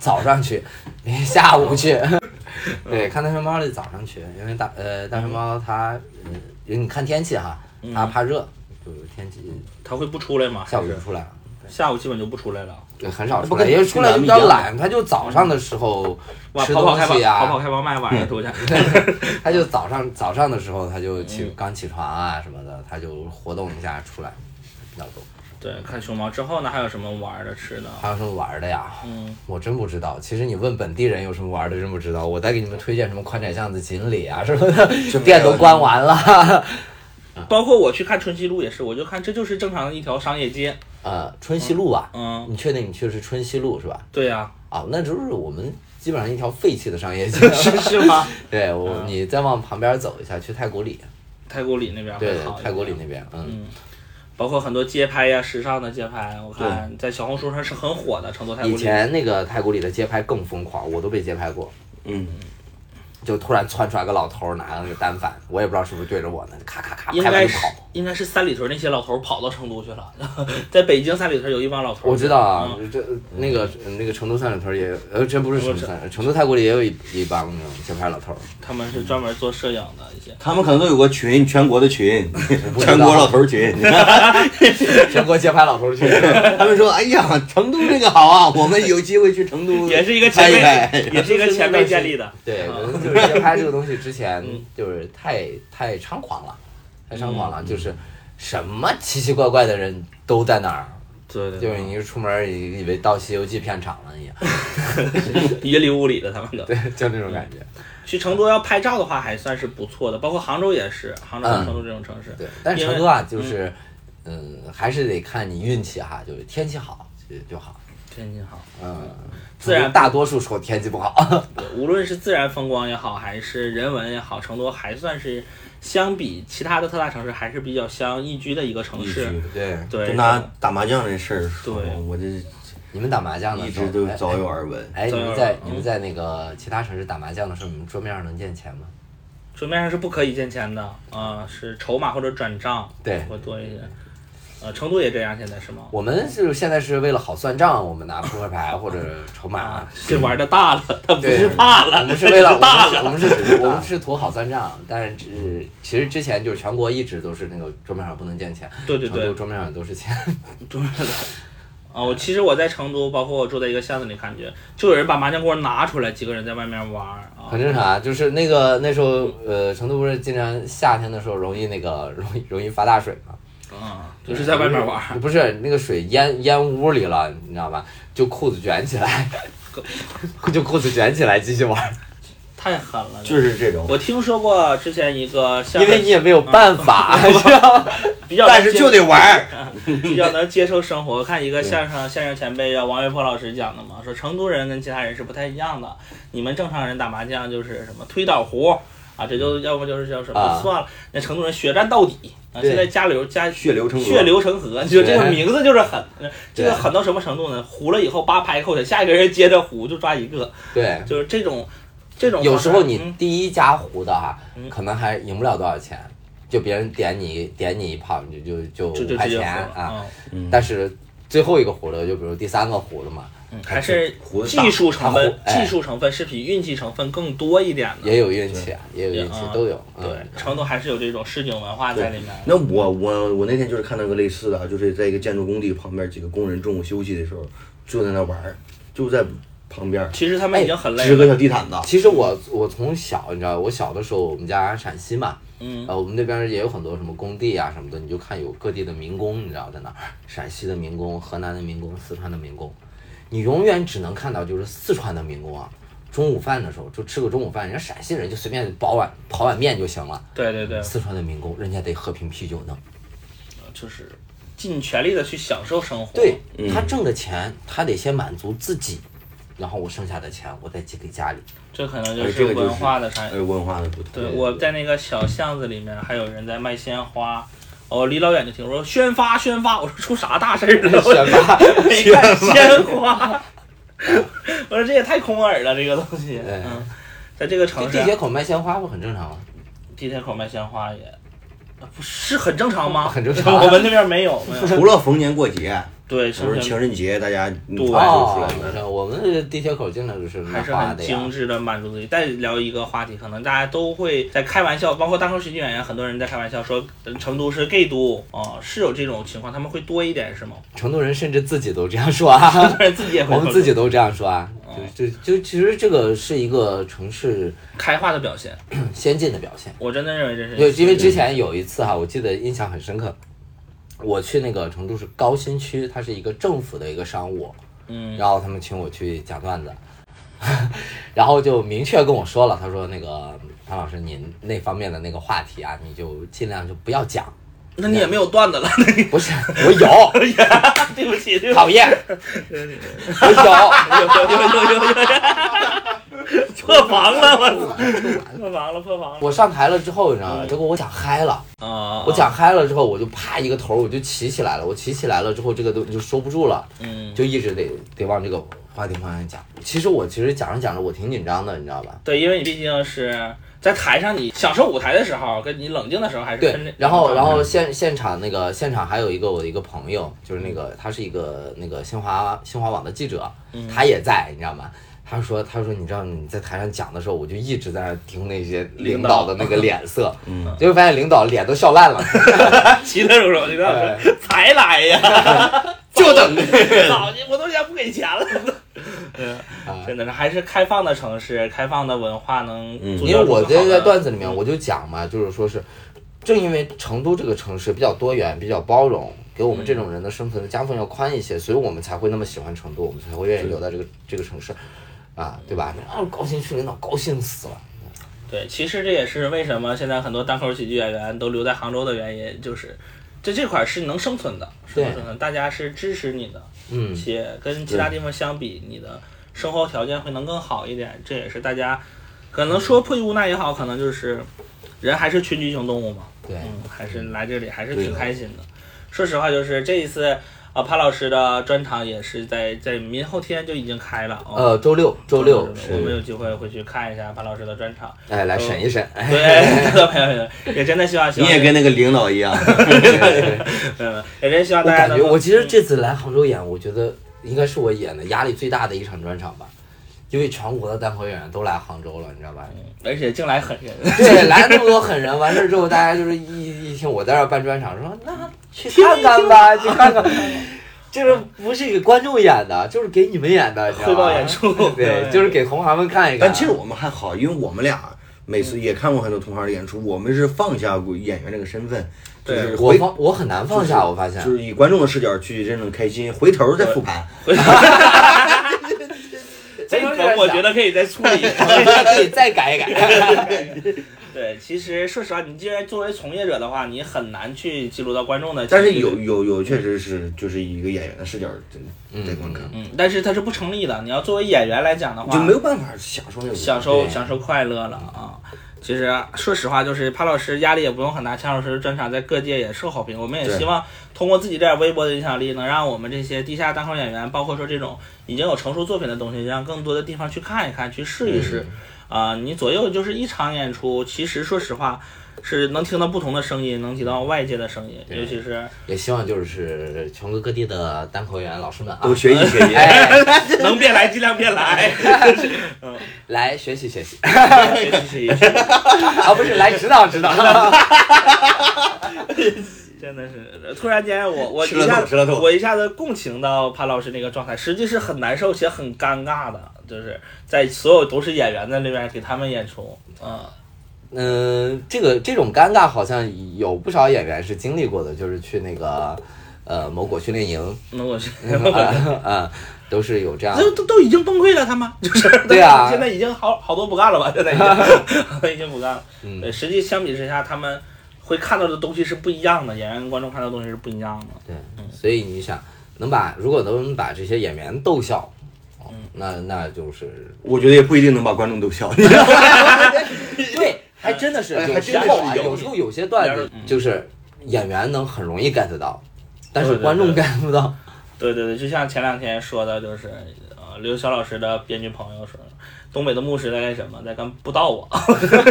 早上去，别下午去。 对，看大熊猫得早上去，因为大呃大熊猫它呃，因为你看天气哈，它怕热，就是天气嗯他会不出来吗？嗯啊下午还就是出来了。下午基本就不出来了，对，很少那出不来，跟因为出来就比跟较嗯咱们一样懒，它就早上的时候哇，吃跑跑东开放，西啊嗯呀、跑跑开放麦晚上出 去，他就早上早上的时候，他就起刚起床啊什么的，他就活动一下出来，比较多。对，看熊猫之后呢，还有什么玩的吃的？还有什么玩儿的呀？嗯，我真不知道。其实你问本地人有什么玩儿的，真不知道。我再给你们推荐什么宽窄巷子、锦里啊什 么的，店都关完了。啊包括我去看春熙路也是，我就看这就是正常的一条商业街， 呃，春熙路吧，嗯，你确定你去的是春熙路是吧？对呀、啊，那就是我们基本上一条废弃的商业街。是是吗？对我，你再往旁边走一下，去太古里。太古里那边对会好，一点太古里那边，嗯，嗯。包括很多街拍呀、时尚的街拍，我看在小红书上是很火的。成都太古里以前那个太古里的街拍更疯狂，我都被街拍过。嗯，就突然窜出来个老头儿拿了个单反，我也不知道是不是对着我呢，咔咔咔应拍该完就是跑。应该是三里屯那些老头跑到成都去了， 在北京三里屯有一帮老头。我知道啊嗯，这那个那个成都三里屯也，呃，真不是成都三里屯，成都太古里也有一一帮那种街拍老头儿，他们是专门做摄影的一些。他们可能都有个群，全国的群，不知道全国老头儿群。全国街拍老头儿 去。他们说：“哎呀，成都这个好啊，我们有机会去成嗯都，也是一个前辈，哎拍一拍也是一个前辈建立的。对，啊可能就是街拍这个东西之前嗯嗯就是太太猖狂了，太猖狂了，就是什么奇奇怪怪的人都在那儿，对对，就是你一出门儿以以为到《西游记》片场了一 样，云里雾里的他们都。对，就那种感觉。去成都要拍照的话，还算是不错的，包括杭州也是，杭州、嗯成都这种城市。对，但是因为成都啊，就是，嗯，还是得看你运气哈，就是天气好就就好，天津好，嗯，自然成都大多数时候天气不好， 对无论是自然风光也好，还是人文也好，成都还算是相比其他的特大城市还是比较相宜居的一个城一市局。对，对，就拿打麻将这事儿说对，我这你们打麻将的一时候直都哎早有耳闻。哎，早你有们耳嗯在闻你们在那个其他城市打麻将的时候，你们桌面上能见钱吗？桌面上是不可以见钱的啊、是筹码或者转账对会多一些。呃，成都也这样，现在是吗？我们就是现在是为了好算账，我们拿扑克牌或者筹码啊，，是玩的大了，他不对是怕了，我们是为 了他只我们是我们啊是我们是图好算账，但是只其实之前就是全国一直都是那个桌面上不能见钱，对对啊成都对，桌面上都是钱，中了。啊，我其实我在成都，包括我住在一个巷子里，感觉就有人把麻将锅拿出来，几个人在外面玩儿啊。很正常啊，就是那个那时候，呃，成都不是经常夏天的时候容易那个容易容易发大水嘛，啊，就是在外面玩儿，不是那个水淹淹屋里了，你知道吧？就裤子卷起来，就裤子卷起来继续玩，太狠了。就是这种。我听说过之前一个下面，因为你也没有嗯办 法，你知道吗？比较能但是接就得玩儿， 比较能接受生活。我看一个相声相声前辈叫王岳波老师讲的嘛，说成都人跟其他人是不太一样的。你们正常人打麻将就是什么推倒胡啊，这就要不就是叫什么啊算了。那成都人血战到底啊，对现在加流加血流成河血流成河，你说这个对名字就是狠，这个对狠到什么程度呢？胡了以后八拍扣下，下一个人接着胡就抓一个，对，就是这种这种方式。有时候你嗯第一家胡的哈、嗯可能还赢不了多少钱，就别人点你点你一炮，你就就就就就五块直接钱胡了啊。，嗯但是最后一个胡了，就比如第三个胡了嘛，嗯还是胡子大技术成分，他胡哎技术成分是比运气成分更多一点的。也有运气，啊也有运气嗯，都有。对嗯，，成都还是有这种市井文化在里面。那我我我那天就是看到个类似的啊，就是在一个建筑工地旁边，几个工人中午休息的时候就在那玩儿，就在旁边其实他们已经很累支了。个小地毯子。其实我我从小你知道，我小的时候我们家陕西嘛，嗯，呃，我们那边也有很多什么工地啊什么的，你就看有各地的民工，你知道在哪儿，陕西的民工、河南的民工、四川的民工，你永远只能看到就是四川的民工啊，中午饭的时候就吃个中午饭，人家陕西人就随便煲碗刨碗面就行了，对对对，四川的民工人家得喝瓶啤酒呢，就是尽全力的去享受生活。对他挣的钱，他得先满足自己，然后我剩下的钱我再寄给家里，这可能就哎，是这个就是文化的差异。呃，文化的不同。对，我在那个小巷子里面，还有人在卖鲜花。我离老远就听说宣发宣发，我说出啥大事儿了？我选吧，没看鲜花， 我说这也太空耳了，这个东西。对嗯，在这个城这市地，铁口卖鲜花不很正常吗？地铁口卖鲜花也，啊不是很正常吗？很正常啊我们那边没有，没有。除了逢年 过节，对，生不是鲜情人节，大家对哦发出来的。我们这地铁口经常就是卖还是花很的呀精。致的满足自己。再聊一个话题，可能大家都会在开玩笑，包括单口喜剧演员，很多人在开玩笑说呃成都是 gay 都哦，是有这种情况，他们会多一点是吗？ 成都人甚至自己都这样说啊，当然自己也会我们说自己都这样说啊嗯，就就就其实这个是一个城市开化的表现，先进的表现。我真的认为这是对，因为之前有一次哈，我记得印象很深刻，我去那个成都市高新区，它是一个政府的一个商务，嗯然后他们请我去讲段子， 然后就明确跟我说了，他说那个潘老师，您那方面的那个话题啊，你就尽量就不要讲。那你也没有段子了，不是，我 有，对不起，对不讨起，厌，我有。有有有有有， 破防了，我操，破防了，破防了我上台了之后，你知道吗？结果我讲嗨了，啊！我，讲嗨了之后，我就啪一个头儿，我就起起来了。我起起来了之后，这个东西就收不住了，嗯，就一直得得往这个话题方向讲。其实我其实讲着讲着，我挺紧张的，你知道吧？对，因为你毕竟是在台上，你享受舞台的时候，跟你冷静的时候还是分对这，然后然后现现场那个现场还有一个我的一个朋友，就是那个他是一个那个新华新华网的记者，他也在，你知道吗？他说他说你知道你在台上讲的时候，我就一直在那儿盯那些领导的那个脸色， 嗯，结果发现领导脸都笑烂了。其他时候，你知道哎吗 才来呀， 就等 早就我都想不给钱了。 嗯，哎真的是还是开放的城市，开放的文化能嗯塑因为造出我更好的，在在段子里面我就讲嘛，就是说是，正因为成都这个城市比较多元、比较包容，给我们这种人的生存的夹缝要宽一些，所以我们才会那么喜欢成都，我们才会愿意留在这个这个城市，啊，对吧？啊，高新区领导高兴死了，对，其实这也是为什么现在很多单口喜剧演员都留在杭州的原因，就是在这块儿是能生存的，是能对生存，大家是支持你的，嗯，且跟其他地方相比，你的生活条件会能更好一点。这也是大家可能嗯说迫于无奈也好，可能就是人还是群居性动物嘛，对，嗯，还是来这里还是对挺啊的开心的。说实话，就是这一次啊，潘老师的专场也是在在明后天就已经开了。哦、呃，周六周六对我们是有机会回去看一下潘老师的专 场。哎来审一审，哎，对，各位朋友也真的希望，希你望也跟那个领导一样，嗯，也真希望我大家感能觉够。我其实这次来杭州演，我觉得应该是我演的压力最大的一场专场吧。因为全国的单口演员都来杭州了，你知道吧？而且 进来狠人，对，来那么多狠人，完事儿之后， 大家就是一一听我在这儿办专场，说那去看看吧，去看看。这个不是给观众演的，就是给你们演的，你知道汇吗 报演出对，就是给同行们啊看一看。但其实我们还好，因为我们俩每次也看过很多同行的演出，我们是放下过演员这个身份，就对是我回放我很难放下，我发现就是以观众的视角去真正开心，回头再复盘。这个梗哎我觉得可以再处理。 可 以再改一改。对，其实说实话，你既然作为从业者的话，你很难去记录到观众的情绪。但是有有有，确实是就是以一个演员的视角在在观看，嗯，但是它是不成立的。你要作为演员来讲的话，就没有办法享受那种享受对享受快乐了啊。其实说实话，就是潘老师压力也不用很大，钱老师专场在各界也受好评。我们也对希望通过自己这点微薄的影响力，能让我们这些地下单口演员，包括说这种已经有成熟作品的东西，让更多的地方去看一看，去试一试。啊、你左右就是一场演出，其实说实话是能听到不同的声音，能听到外界的声音，尤其是 也希望就是全国各地的单口演员老师们啊，都学习学习。哎，能别来尽量别来， 来学习学习学习学习。啊，不是来指导指导。真的是，突然间我我一吃了下痛吃了痛我一下子共情到潘老师那个状态，实际是很难受且很尴尬的，就是在所有都是演员的那边给他们演出，嗯，嗯，这个这种尴尬好像有不少演员是经历过的，就是去那个呃某果训练营， 那我是，啊、啊，都是有这样。 都都都已经崩溃了，他们 就是对啊现在已经好好多不干了吧，现在已经已经不干了，嗯对，实际相比之下，他们会看到的东西是不一样的，演员跟观众看到的东西是不一样的，对，所以你想能把如果能把这些演员逗笑，哦那那就是我觉得也不一定能把观众 逗笑，你知道吗？对，还真的是哎有还时真的候啊，是有有嗯时候有些段子就是演员能很容易 get 到，但是对对观众 对 get 不到。对对对，就像前两天说的，就是呃，刘晓老师的编剧朋友说，东北的牧师在干什么？在干布道啊。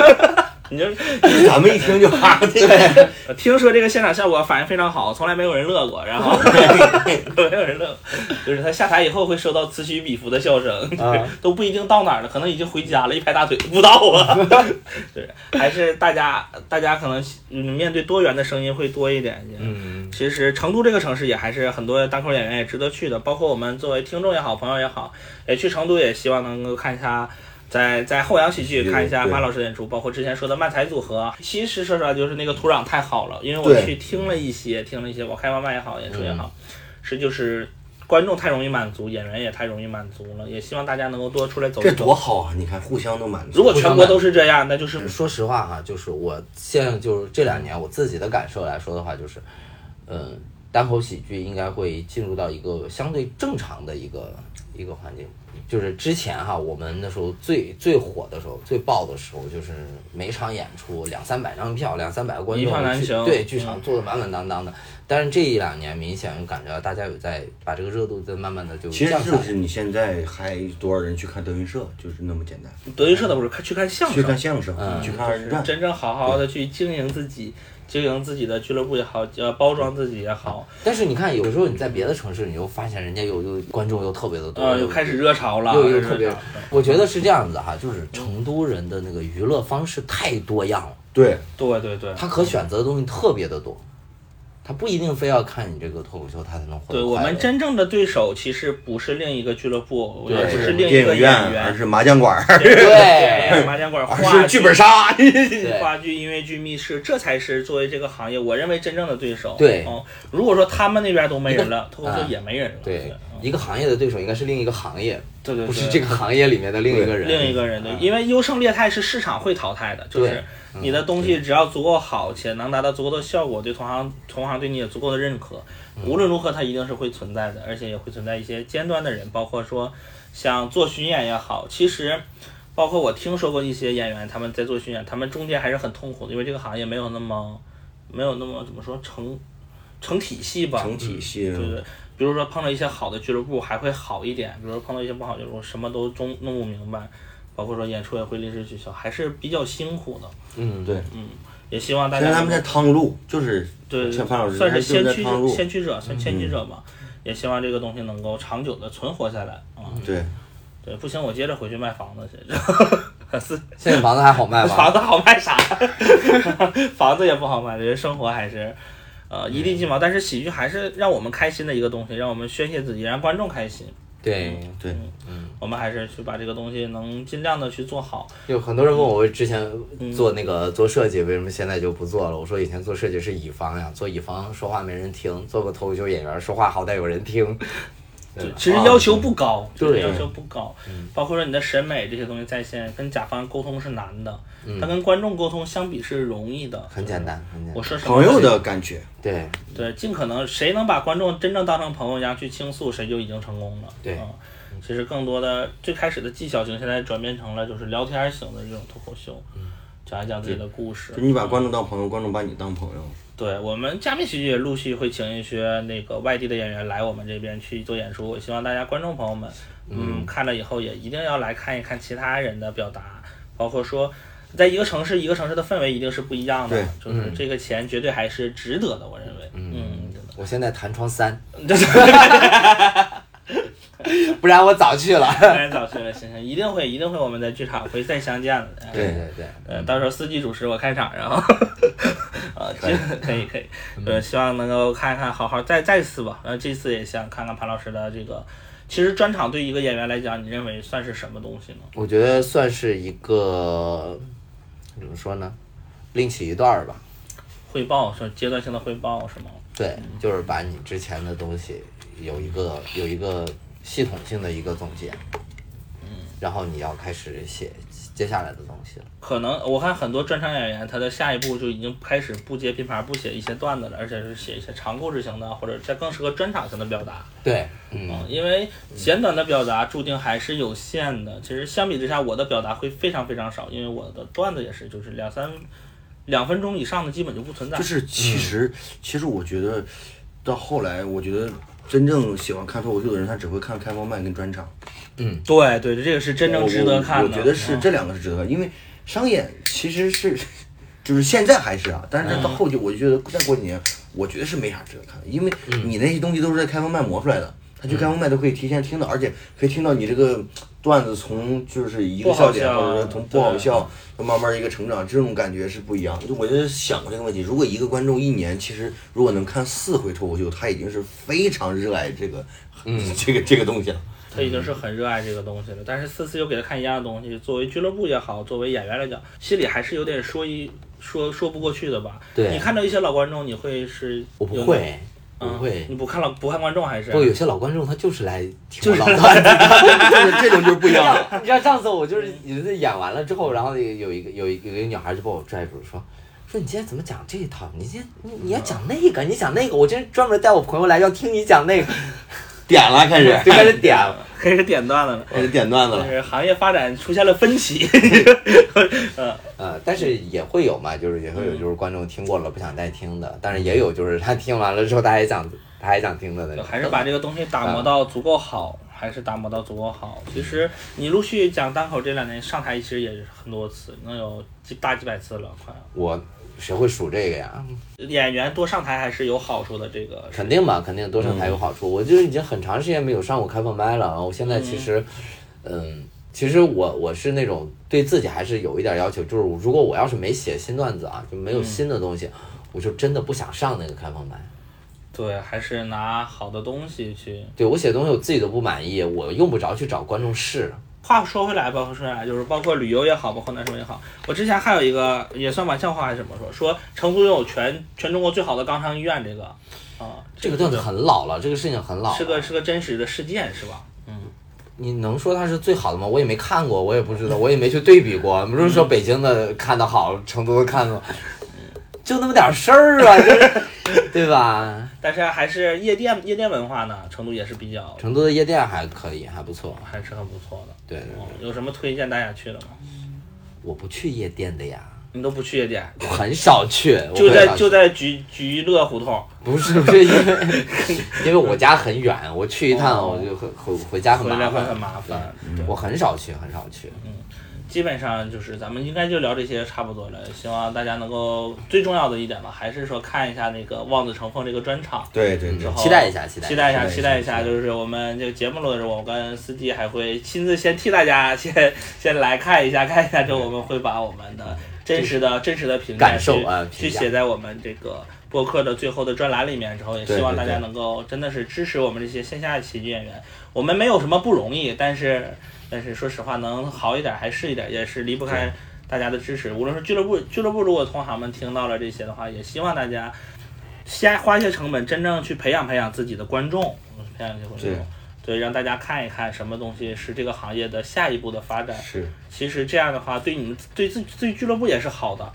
你就是呃咱们一听就哈， 听说这个现场效果反应非常好，从来没有人乐过，然后没有人乐过，就是他下台以后会收到此起彼伏的笑声，就是啊都不一定到哪儿了，可能已经回家了，一拍大腿布道啊， 就是还是大家大家可能嗯面对多元的声音会多一点，嗯嗯，其实成都这个城市也还是很多单口演员也值得去的，包括我们作为听众也好，朋友也好，也去成都也希望能够看一下。在在后阳喜剧对看一下对马老师的演出，包括之前说的漫才组合。其实说实话，就是那个土壤太好了，因为我对去听了一些，听了一些，我开外卖也好，演出也好，嗯是就是观众太容易满足，演员也太容易满足了。也希望大家能够多出来走一这走。多好啊！你看，互相都满足。如果全国都是这样，那就是说实话哈，就是我现在就是这两年我自己的感受来说的话，就是，呃，单口喜剧应该会进入到一个相对正常的一个一个环境。就是之前哈，我们那时候最最火的时候，最爆的时候，就是每场演出两三百张票，两三百个观众一票难去求对嗯剧场做的满满当当的。但是这一两年明显感觉到大家有在把这个热度在慢慢的就其实降下就来。是你现在还多少人去看德云社，就是那么简单。德云社的不是看去看相去声，嗯看相声，去看二人转，真正好好的去经营自己，经营自己的俱乐部也好，呃，包装自己也好，但是你看，有时候你在别的城市，你就发现人家有有观众又特别的多，呃，又开始热潮了，又又是特别，我觉得是这样子哈，就是成都人的那个娱乐方式太多样了，对，对对对，他可选择的东西特别的多，他不一定非要看你这个脱口秀他才能获得对我快乐们真正的对手其实不是另一个俱乐部，也对不是是另一电个影演院，而员，是麻将馆儿，对麻将馆、而话 是剧剧本杀。 对话剧、音乐剧、密室，这才是作为这个行业，我认为真正的对手。对嗯，如果说他们那边都没 人了，脱口秀啊也没人了，对嗯一个行业的对手应该是另一个行业，对对，不是对这个行业里面的另一个人，另一个人对，因为优胜劣汰是市场会淘汰的，就是对你的东西只要足够好且能达到足够的效果，对同行同行对你有足够的认可，无论如何它一定是会存在的，而且也会存在一些尖端的人，包括说像做巡演也好，其实。包括我听说过一些演员，他们在做巡演，他们中间还是很痛苦的，因为这个行业没有那么，没有那么怎么说成成体系吧，成体系就是比如说碰到一些好的俱乐部还会好一点，比如说碰到一些不好的俱乐部什么都中弄不明白，包括说演出也会临时取消，还是比较辛苦的。嗯，对，也希望大现家在他能们够在趟路，就是对像潘老师，算他是就是先在驱趟者，路，嗯先驱者算先驱者吧。也希望这个东西能够长久的存活下来啊、对，对，不行我接着回去卖房子去。 是现在 房子还好卖吗？房子好卖啥？房子也不好卖，这生活还是呃一地鸡毛，但是喜剧还是让我们开心的一个东西，让我们宣泄自己，让观众开心。对，对，嗯我们还是去把这个东西能尽量的去做好。有很多人问我之前做那嗯个做设计，为什么现在就不做了？我说以前做设计是乙方呀，做乙方说话没人听，做个脱口秀演员说话好歹有人听。就其实要求不高，对就是要求不高，包括说你的审美这些东西在线，跟甲方沟通是难的，但跟观众沟通相比是容易的，很简单，很简我单。说什么朋友的感觉，对，对，尽可能谁能把观众真正当成朋友一样去倾诉，谁就已经成功了。对嗯，其实更多的最开始的技巧型，现在转变成了就是聊天型的这种脱口秀，讲一讲自己的故事就。你把观众当朋友，观众把你当朋友。对我们加密喜剧也陆续会请一些那个外地的演员来我们这边去做演出，我希望大家观众朋友们，嗯，看了以后也一定要来看一看其他人的表达，包括说。在一个城市，一个城市的氛围一定是不一样的对，就是这个钱绝对还是值得的，我认为。嗯，真的我现在弹窗三， 不然我早去了。当然哎早睡了，行行，一定会，一定会，我们在剧场会再相见的。哎对对对，呃，到时候四季主持我开场， 然后，啊，这个可以可以，呃，希望能够看看，好好再再次吧。然后这次也想看看潘老师的这个，其实专场对一个演员来讲，你认为算是什么东西呢？我觉得算是一个怎么说呢，另起一段儿吧。汇报是阶段性的汇报是吗？对，就是把你之前的东西有一个有一个系统性的一个总结，嗯，然后你要开始写接下来的东西了。可能我看很多专场演员，他的下一步就已经开始不接拼盘，不写一些段子了，而且是写一些长故事型的，或者这更适合专场型的表达。对，嗯，嗯，因为简短的表达注定还是有限的。其实相比之下，我的表达会非常非常少，因为我的段子也是，就是两三两分钟以上的基本就不存在就。是嗯其实，其实我觉得到后来，我觉得真正喜欢看脱口秀的人，他只会看开放麦跟专场。对对，这个是真正值得看的。嗯我我我觉得是这两个是值得看，因为商演其实是，就是现在还是啊，但是到嗯后期我就觉得再过几年，我觉得是没啥值得看的，因为嗯你那些东西都是在开放麦磨出来的，他去开放麦都可以提前听到，而且可以听到你这个段子从就是一个不好笑点，笑啊或者说从不对好笑，慢慢一个成长，这种感觉是不一样的。就我就想过这个问题，如果一个观众一年其实如果能看四回脱口秀，他已经是非常热爱这个，嗯 这个这个东西了。他已经是很热爱这个东西了，但是四次又给他看一样的东西，作为俱乐部也好，作为演员来讲，心里还是有点说一说说不过去的吧。对你看到一些老观众，你会是我不有会，嗯不会。你不看老不看观众还是不过有些老观众他就是来听我老段子就是这种就是不一样嗯了。 的。你知道上次我就是有一次演完了之后，然后有一个有一个有一个女孩就把我拽住说。说你今天怎么讲这一套？你今天你你要讲那个，你讲那个，我今天专门带我朋友来要听你讲 那个，点了开始，就开始点了。 开始点段子了。 开始点段子就了。是行业发展出现了分歧，嗯，呃，但是也会有嘛，就是也会有嗯就是观众听过了不想再听的，但是也有就是他听完了之后他还想他还想听的嗯那种。还是把这个东西打磨到足够好，还是打磨到足够好。其实你陆续讲单口这两年上台，其实也是很多次，能有几大几百次了，快。我谁会数这个呀？演员多上台还是有好处的，这个肯定嘛，肯定多嗯上台有好处。我就是已经很长时间没有上过开放麦了，我现在其实，嗯，其实我我是那种对自己还是有一点要求，就是如果我要是没写新段子啊，就嗯没有新的东西，我就真的不想上那个开放麦。对，还是拿好的东西去。对我写东西我自己都不满意，我用不着去找观众试。话说回来吧，话说回来就是包括旅游也好，包括那什么也好，我之前还有一个也算玩笑话还是怎么说，说成都有全全中国最好的肛肠医院，这个啊、这个段子很老了，这个事情很老了。是个是个真实的事件是吧？你能说它是最好的吗？我也没看过，我也不知道，我也没去对比过。不是嗯说北京的看的好，成都的看的，就那么点事儿啊，就是，对吧？但是还是夜店夜店文化呢，成都也是比较成都的夜店还可以，还不错。还是很不错的。对，嗯，有什么推荐大家去的吗？我不去夜店的呀，你都不去夜店，我很少去。我就很在少去就在菊菊乐胡同，不是不是因为因为我家很远，我去一趟我就回回回家很哦回麻来会很烦。嗯麻烦。我很少去，很少去。基本上就是咱们应该就聊这些差不多了，希望大家能够最重要的一点吧，还是说看一下那个望子成凤这个专场。对对对然，后嗯期待一下期待一下期待一下，期待一下期待一下。就是我们这个节目录的时候，我跟司 机还会亲自先替大家先先来看一下，看一下之后，我们会把我们的真实的真实的评价嗯感受啊去去评价写在我们这个播客的最后的专栏里面之后，也希望对对大家对能够真的是支持我们这些线下的喜剧演员。我们没有什么不容易，但是但是说实话，能好一点还是一点，也是离不开大家的支持。无论是俱乐部俱乐部，如果同行们听到了这些的话，也希望大家瞎花一些成本，真正去培养培养自己的观众，培养一些观众对。对，让大家看一看什么东西是这个行业的下一步的发展。是其实这样的话，对你们对自对俱乐部也是好的。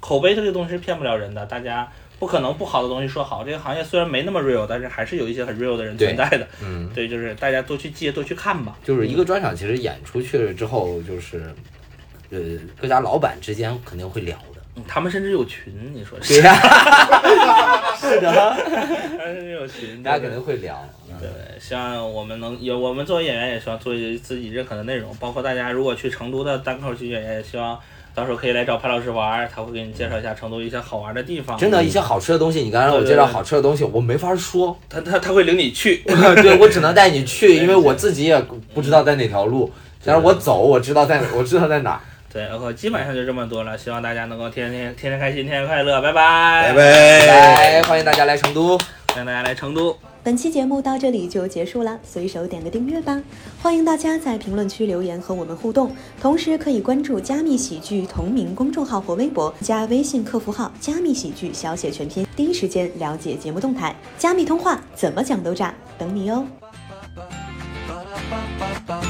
口碑这个东西是骗不了人的，大家不可能不好的东西说好。这个行业虽然没那么 real，但是还是有一些很 real 的人对存在的。嗯，对，就是大家多去接，多去看吧。就是一个专场，其实演出去了之后，就是呃，各家老板之间肯定会聊的。嗯他们甚至有群，你说对是？ 呀、啊是的， 他们甚至有群，大家对肯定会聊。对，希望我们能有，我们作为演员也希望做一自己认可的内容，包括大家如果去成都的单口喜剧演员，也希望到时候可以来找潘老师玩儿，他会给你介绍一下成都一些好玩的地方。嗯真的，一些好吃的东西，你刚才让我介绍好吃的东西，我没法 说，他他他会领你去，对我只能带你去，因为我自己也不知道在哪条路，但是我走，我知道在，我知道在哪儿。 对，OK，基本上就这么多了，希望大家能够天天天天开心，天天快乐，拜拜，哎拜，拜。来，欢迎大家来成都。欢迎大家来成都。本期节目到这里就结束了，随手点个订阅吧。欢迎大家在评论区留言和我们互动，同时可以关注加密喜剧同名公众号或微博，加微信客服号“加密喜剧”小写全拼，第一时间了解节目动态。加密通话怎么讲都炸，等你哦。 ba da ba ba ba